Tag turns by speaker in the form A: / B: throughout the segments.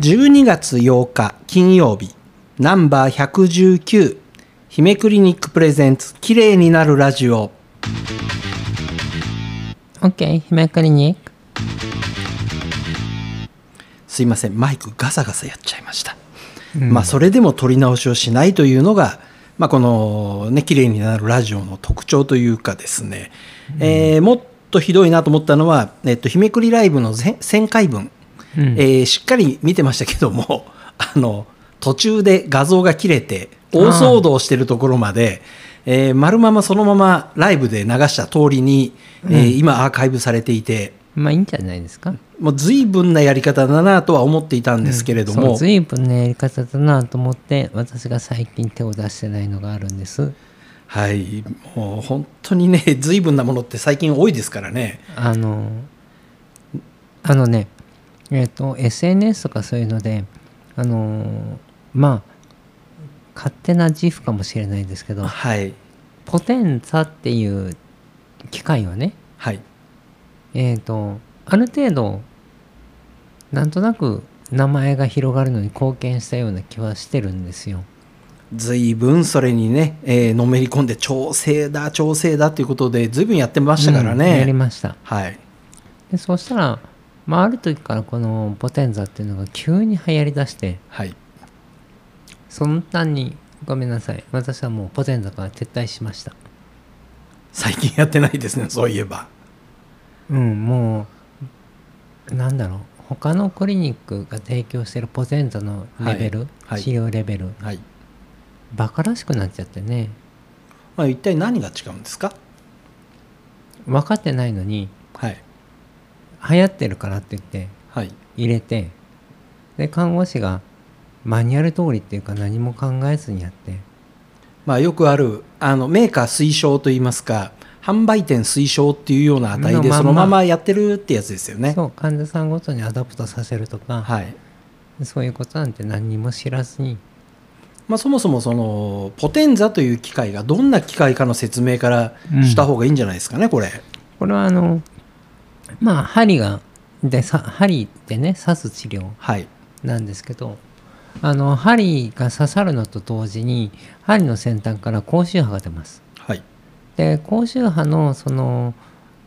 A: 12月8日金曜日ナンバー119姫クリニックプレゼンツ綺麗になるラジオ
B: OK 姫クリニック
A: すいませんマイクガサガサやっちゃいました、まあそれでも撮り直しをしないというのが、まあ、このね綺麗になるラジオの特徴というかですね、えーもっとひどいなと思ったのは、えっと、姫くりライブの前1000回分、えーしっかり見てましたけども あの途中で画像が切れて大騒動してるところまで、えー丸ままそのままライブで流した通りに、えー今アーカイブされていて。
B: まあいいんじゃないですか
A: もう随分なやり方だなとは思っていたんですけれども、
B: そう随分なやり方だなと思って私が最近手を出してないのがあるんです
A: はいもう本当にね 随分なものって最近多いですからね
B: あのあのねえっ、と SNS とかそういうのであのまあ勝手な自負かもしれないですけど
A: はい
B: ポテンツァっていう機械はね
A: はい
B: えっ、とある程度なんとなく名前が広がるのに貢献したような気はしてるんですよ。
A: 随分それにね、えーのめり込んで調整だ調整だということで随分やってましたから
B: うんや
A: ね、
B: りました。
A: はい
B: でそうしたら、まあ、ある時からこのポテンザっていうのが急に流行りだして
A: はい
B: その端にごめんなさい私はもうポテンザから撤退しました。
A: 最近やってないですねそういえば
B: うんもうなんだろう他のクリニックが提供してるポテンザのレベル、
A: はいはい
B: 治療レベル
A: はい、
B: バカらしくなっちゃってね
A: まあ、一体何が違うんですか
B: 分かってないのに
A: はい
B: 流行ってるからって言って
A: はい
B: 入れてで看護師がマニュアル通りっていうか何も考えずにやって
A: まあ、よくあるあのメーカー推奨といいますか販売店推奨っていうような値で
B: のまんま
A: そのままやってるってやつですよね。
B: そう患者さんごとにアダプトさせるとか、
A: はい
B: そういうことなんて何にも知らずに
A: まあ、そもそもそのポテンザという機械がどんな機械かの説明からした方がいいんじゃないですかね、これ。
B: これはあのまあ針がでさ針ってね刺す治療
A: はい
B: なんですけどあの針が刺さるのと同時に針の先端から高周波が出ます。
A: はい
B: で高周波のその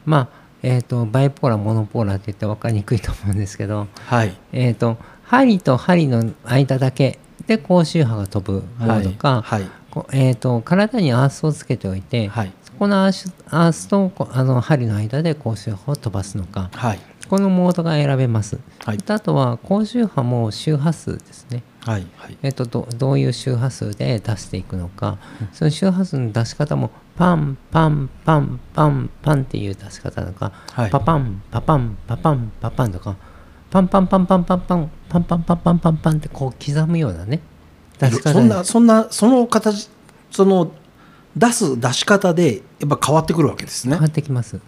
B: まあえー、とバイポーラモノポーラって言って分かりにくいと思うんですけど、
A: はい
B: えー、と針と針の間だけで高周波が飛ぶモ
A: は
B: ー
A: い
B: ドか、
A: はい
B: こうえー、と体にアースをつけておいて、
A: はい
B: そこのアースアースとこあの針の間で高周波を飛ばすのか
A: はい
B: このモードが選べます、
A: はい
B: あとは高周波も周波数ですね、
A: はいはい
B: えっとどどういう周波数で出していくのか、その周波数の出し方もパンパンパンパンパンっていう出し方とか、
A: はい
B: パパンパパンパパンパパンとかパンパンパンパンパンパンパンパンパンパンパンパンってこう刻むようなね出し方
A: そんなそんなその形その出す出し方でやっぱ変わってくるわけですね
B: 変わ。ってきます。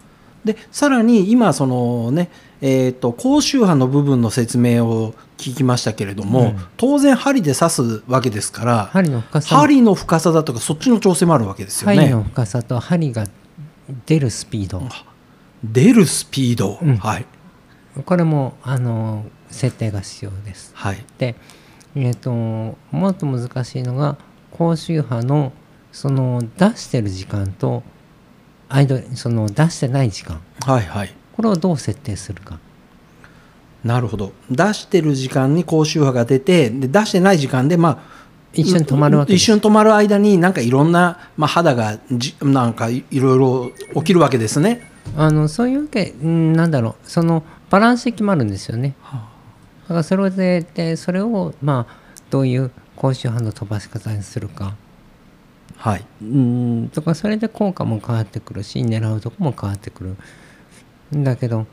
A: でさらに今そのねえー、と高周波の部分の説明を聞きましたけれども、当然針で刺すわけですから
B: 針の深さも
A: 針の深さだとかそっちの調整もあるわけですよ
B: 針
A: ね
B: の。深さと針が出るスピード、
A: 出るスピード、
B: うん
A: はい
B: これもあの設定が必要です。
A: はい
B: で、えー、ともっと難しいのが高周波のその出してる時間とアイドルその出してない時間
A: はいはい
B: これをどう設定するか
A: なるほど出してる時間に高周波が出てで出してない時間でまあ
B: 一瞬止まるわけです
A: 一瞬止まる間になんかいろんな、まあ、肌がじなんかいろいろ起きるわけですね。
B: あのそういうわけうんなんだろうそのバランスで決まるんですよねだからそれででそれをまあどういう高周波の飛ばし方にするか
A: はい、
B: うんとかそれで効果も変わってくるし狙うとこも変わってくるんだけど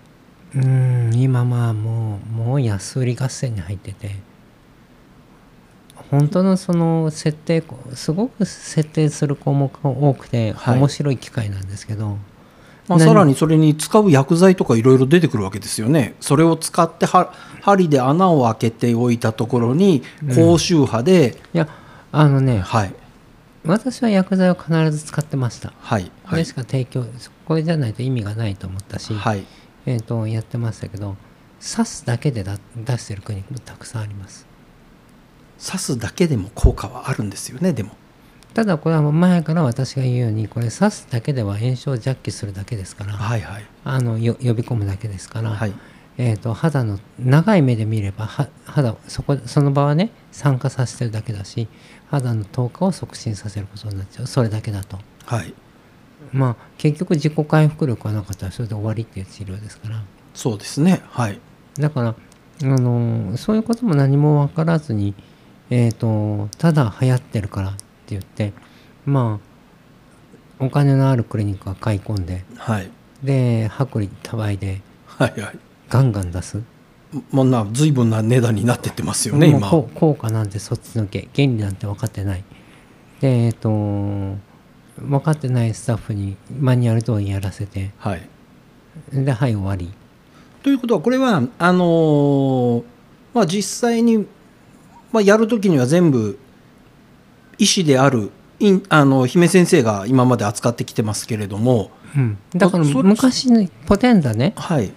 B: うん今まあもうもう安売り合戦に入ってて本当のその設定すごく設定する項目が多くて
A: はい
B: 面白い機会なんですけど、
A: まあ、
B: 何
A: さらにそれに使う薬剤とかいろいろ出てくるわけですよね。それを使っては針で穴を開けておいたところに高周波で、
B: いやあのね
A: はい
B: 私は薬剤を必ず使ってました
A: はい
B: こ
A: は
B: れ
A: い
B: しか提供、これじゃないと意味がないと思ったし、
A: はい
B: えー、とやってましたけど刺すだけでだ出してるクリニックもたくさんあります
A: 刺すだけでも効果はあるんですよねでも
B: ただこれはもう前から私が言うようにこれ刺すだけでは炎症を弱気するだけですから
A: はいはい
B: あのよ呼び込むだけですから、
A: はい
B: えー、と肌の長い目で見ればは肌をそこその場はね酸化させてるだけだし肌の透過を促進させることになっちゃうそれだけだと
A: はい
B: まあ結局自己回復力がなかったらそれで終わりっていう治療ですから
A: そうですねはい
B: だから、あのーそういうことも何も分からずに、えー、とただ流行ってるからって言ってまあお金のあるクリニックが買い込んで
A: はい
B: で薄利多売で
A: はいはい
B: ガンガン出す、
A: もうな随分な値段になってってますよね
B: もう
A: 今
B: こ効果なんてそっちのけ原理なんて分かってないでえっ、と分かってないスタッフにマニュアル通りやらせて
A: はい
B: ではい終わり
A: ということはこれはあのーまあ、実際に、まあ、やるときには全部医師であるいんあの姫先生が今まで扱ってきてますけれども
B: うん、だから
A: あそ
B: 昔のポテンダね
A: はい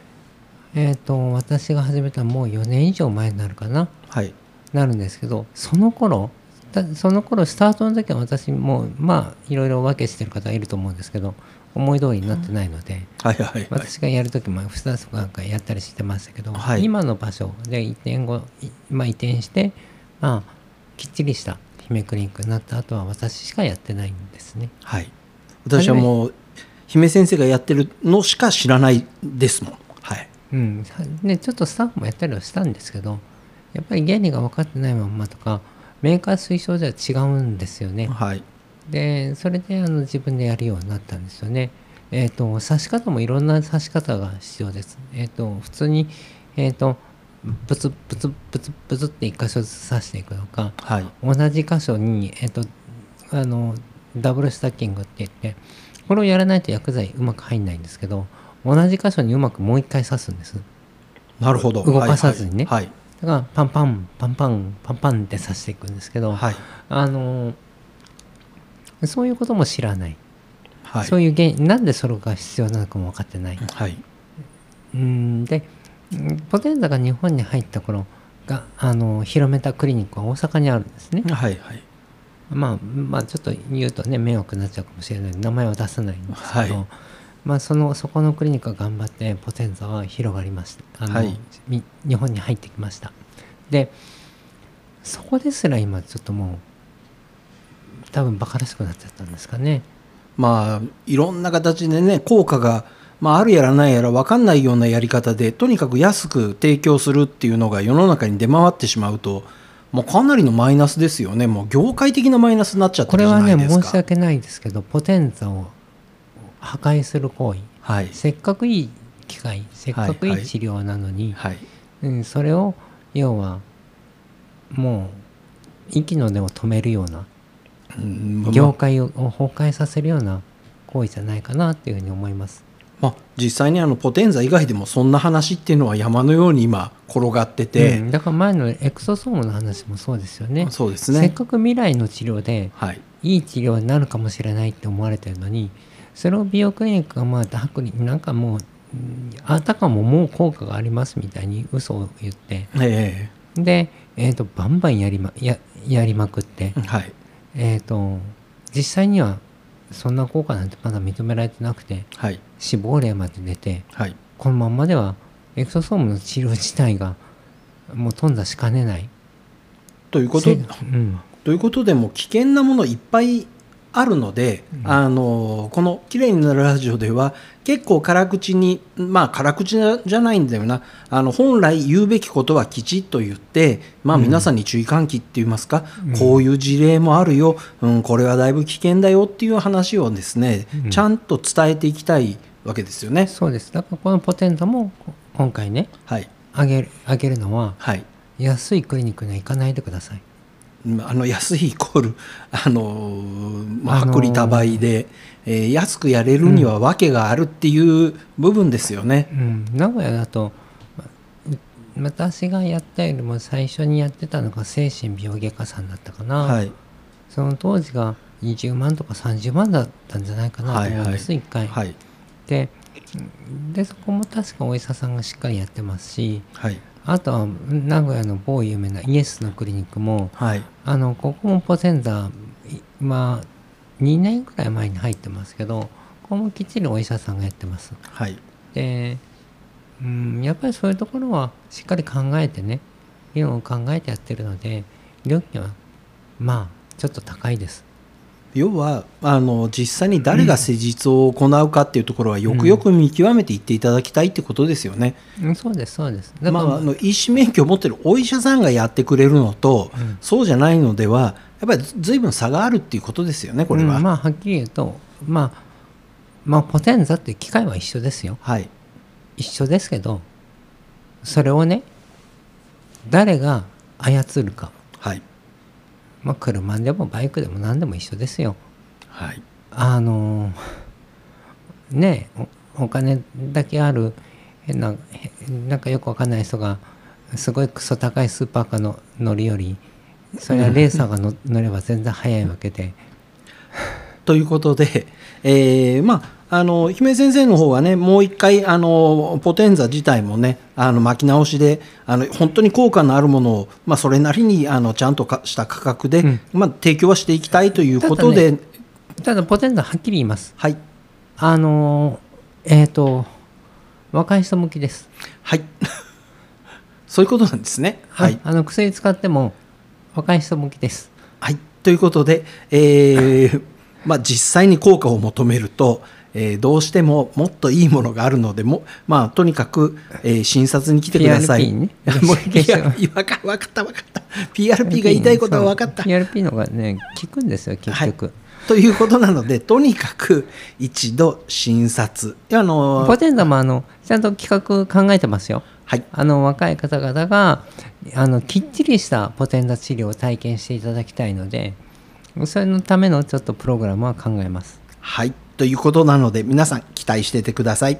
B: えー、と私が始めたもう4年以上前になるかな
A: はい
B: なるんですけどその頃だその頃スタートの時は私もうまあいろいろお分けしてる方がいると思うんですけど思い通りになってないので、
A: はいはいはい
B: 私がやる時もスタッフなんかやったりしてましたけど、
A: はい
B: 今の場所で移転後、いまあ、移転して、まあ、きっちりした姫クリニックになった後は私しかやってないんですね。
A: はい私はもう姫先生がやってるのしか知らないですもんはい
B: うん、でちょっとスタッフもやったりはしたんですけどやっぱり原理が分かってないまんまとかメーカー推奨では違うんですよね。
A: はい
B: でそれであの自分でやるようになったんですよね。えっと刺し方もいろんな刺し方が必要です。えっと普通に、えっとブツブツブツブツって一箇所ずつ刺していくのか
A: はい
B: 同じ箇所に、えっとあのダブルスタッキングって言ってこれをやらないと薬剤うまく入んないんですけど同じ箇所にうまくもう一回刺すんです。
A: なるほど
B: 動かさずにね
A: はい
B: だからパンパンパンパンパンパンって刺していくんですけど、
A: はい
B: あのそういうことも知らない、
A: はい
B: そ
A: はいう
B: いう原因なんでそれが必要なのかも分かってない、
A: はい
B: うん、でうんポテンダが日本に入った頃があの広めたクリニックは大阪にあるんですね、
A: はいはい
B: まあまあちょっと言うとね迷惑になっちゃうかもしれない名前は出さないんですけど、
A: はい
B: まあそのそこのクリニックが頑張ってポテンザは広がりましたあの、
A: はい
B: み日本に入ってきましたでそこですら今ちょっともう多分バカらしくなっちゃったんですかね
A: まあいろんな形でね効果が、まあ、あるやらないやら分かんないようなやり方でとにかく安く提供するっていうのが世の中に出回ってしまうともうかなりのマイナスですよねもう業界的なマイナスになっちゃって
B: こ
A: る
B: れ
A: じ
B: は
A: ゃな
B: ね
A: いですか
B: 申し訳ないですけどポテンザを破壊する行為
A: はい
B: せっかくいい機会せっかくい
A: はいはい
B: い治療なのに、
A: はい
B: うん、それを要はもう息の根を止めるような
A: うん
B: 業界を崩壊させるような行為じゃないかなっていうふうに思います。
A: まあ、実際にあのポテンザ以外でもそんな話っていうのは山のように今転がって
B: う
A: て、
B: んだから前のエクソソームの話もそうですよね。
A: そうです
B: せっ
A: ね
B: かく未来の治療で
A: はい
B: いい治療になるかもしれないって思われてるのにそれを美容クリニックがまあ薄利なんかもううんあたかももう効果がありますみたいに嘘を言って
A: え
B: で、えー、とバンバンやりまややりまくって
A: えはい
B: えー、と実際にはそんな効果なんてまだ認められてなくて
A: はい
B: 死亡例まで出て
A: はい
B: このまんまではエクソソームの治療自体がもう頓挫しかねない。
A: ということ
B: せうん
A: ということでもう危険なものいっぱいあるので、
B: うん
A: あのこの「綺麗になるラジオ」では結構辛口にまあ辛口じゃないんだよなあの本来言うべきことはきちっと言って、まあ、
B: うん
A: 皆さんに注意喚起って言いますか、
B: うん
A: こういう事例もあるよ、うん、これはだいぶ危険だよっていう話をですね、
B: うん
A: ちゃんと伝えていきたいわけですよね。
B: そうですだからこのポテントもこ今回ね
A: はい、
B: あげるあげるのは
A: はい
B: 安いクリニックには行かないでください。
A: うんあの安いイコール、 あのーまあ
B: あのー
A: 薄利多売で、えー安くやれるには訳があるっていう部分ですよね
B: う。ん、名古屋だとまう私がやったよりも最初にやってたのが精神病外科さんだったかな。
A: はい、
B: その当時が20万とか30万だったんじゃないかなと思うんです、1回。
A: はい
B: ででそこも確かお医者さんがしっかりやってますし
A: はい
B: あとは名古屋の某有名なイエスのクリニックも
A: はい
B: あのここもポセンザいまあ2年くらい前に入ってますけどここもきっちりお医者さんがやってます。
A: はい
B: でうんやっぱりそういうところはしっかり考えてね議論を考えてやってるので料金はまあちょっと高いです。
A: 要はあの実際に誰が施術を行うかっていうところはよくよく見極めていっていただきたいってことですよね。
B: うんそうですそうです。だ
A: ま
B: から
A: あ、あの医師免許を持ってるお医者さんがやってくれるのと、
B: うん
A: そうじゃないのではやっぱりずいぶん差があるっていうことですよねこれは。
B: うんまあはっきり言うとまあまあポテンザって機械は一緒ですよ
A: はい
B: 一緒ですけどそれをね誰が操るか
A: はい
B: まあ車でもバイクでも何でも一緒ですよ
A: はい
B: あのーねえおお金だけある変なへなんかよくわかんない人がすごいクソ高いスーパーカーの乗るよりそれはレーサーがの乗れば全然速いわけで
A: ということで、えーまあ、あの姫江先生の方はねもう一回あのポテンザ自体もねあの巻き直しであの本当に効果のあるものを、まあ、それなりにあのちゃんとかした価格で、
B: うん
A: まあ、提供はしていきたいということで、
B: ただポテンザはっきり言います
A: はい
B: あのーえっ、と若い人向きです。
A: はい そういうことなんですね。はい
B: あの薬使っても若い人向きです。
A: はい、ということで、え ーまあ、実際に効果を求めると、えーどうしてももっといいものがあるのでも、まあ、とにかく、えー診察に来てください。
B: PRP ね
A: もう
B: 消しても
A: PRP わかわかった分かった PRP が言いたいことは分かった。
B: PRP のがね効くんですよ結局。
A: ということなのでとにかく一度診察。あの
B: ポテンザもあのちゃんと企画考えてますよ。
A: はい
B: あの若い方々があのきっちりしたポテンザ治療を体験していただきたいのでそれのためのちょっとプログラムは考えます。
A: はいということなので皆さん期待しててください。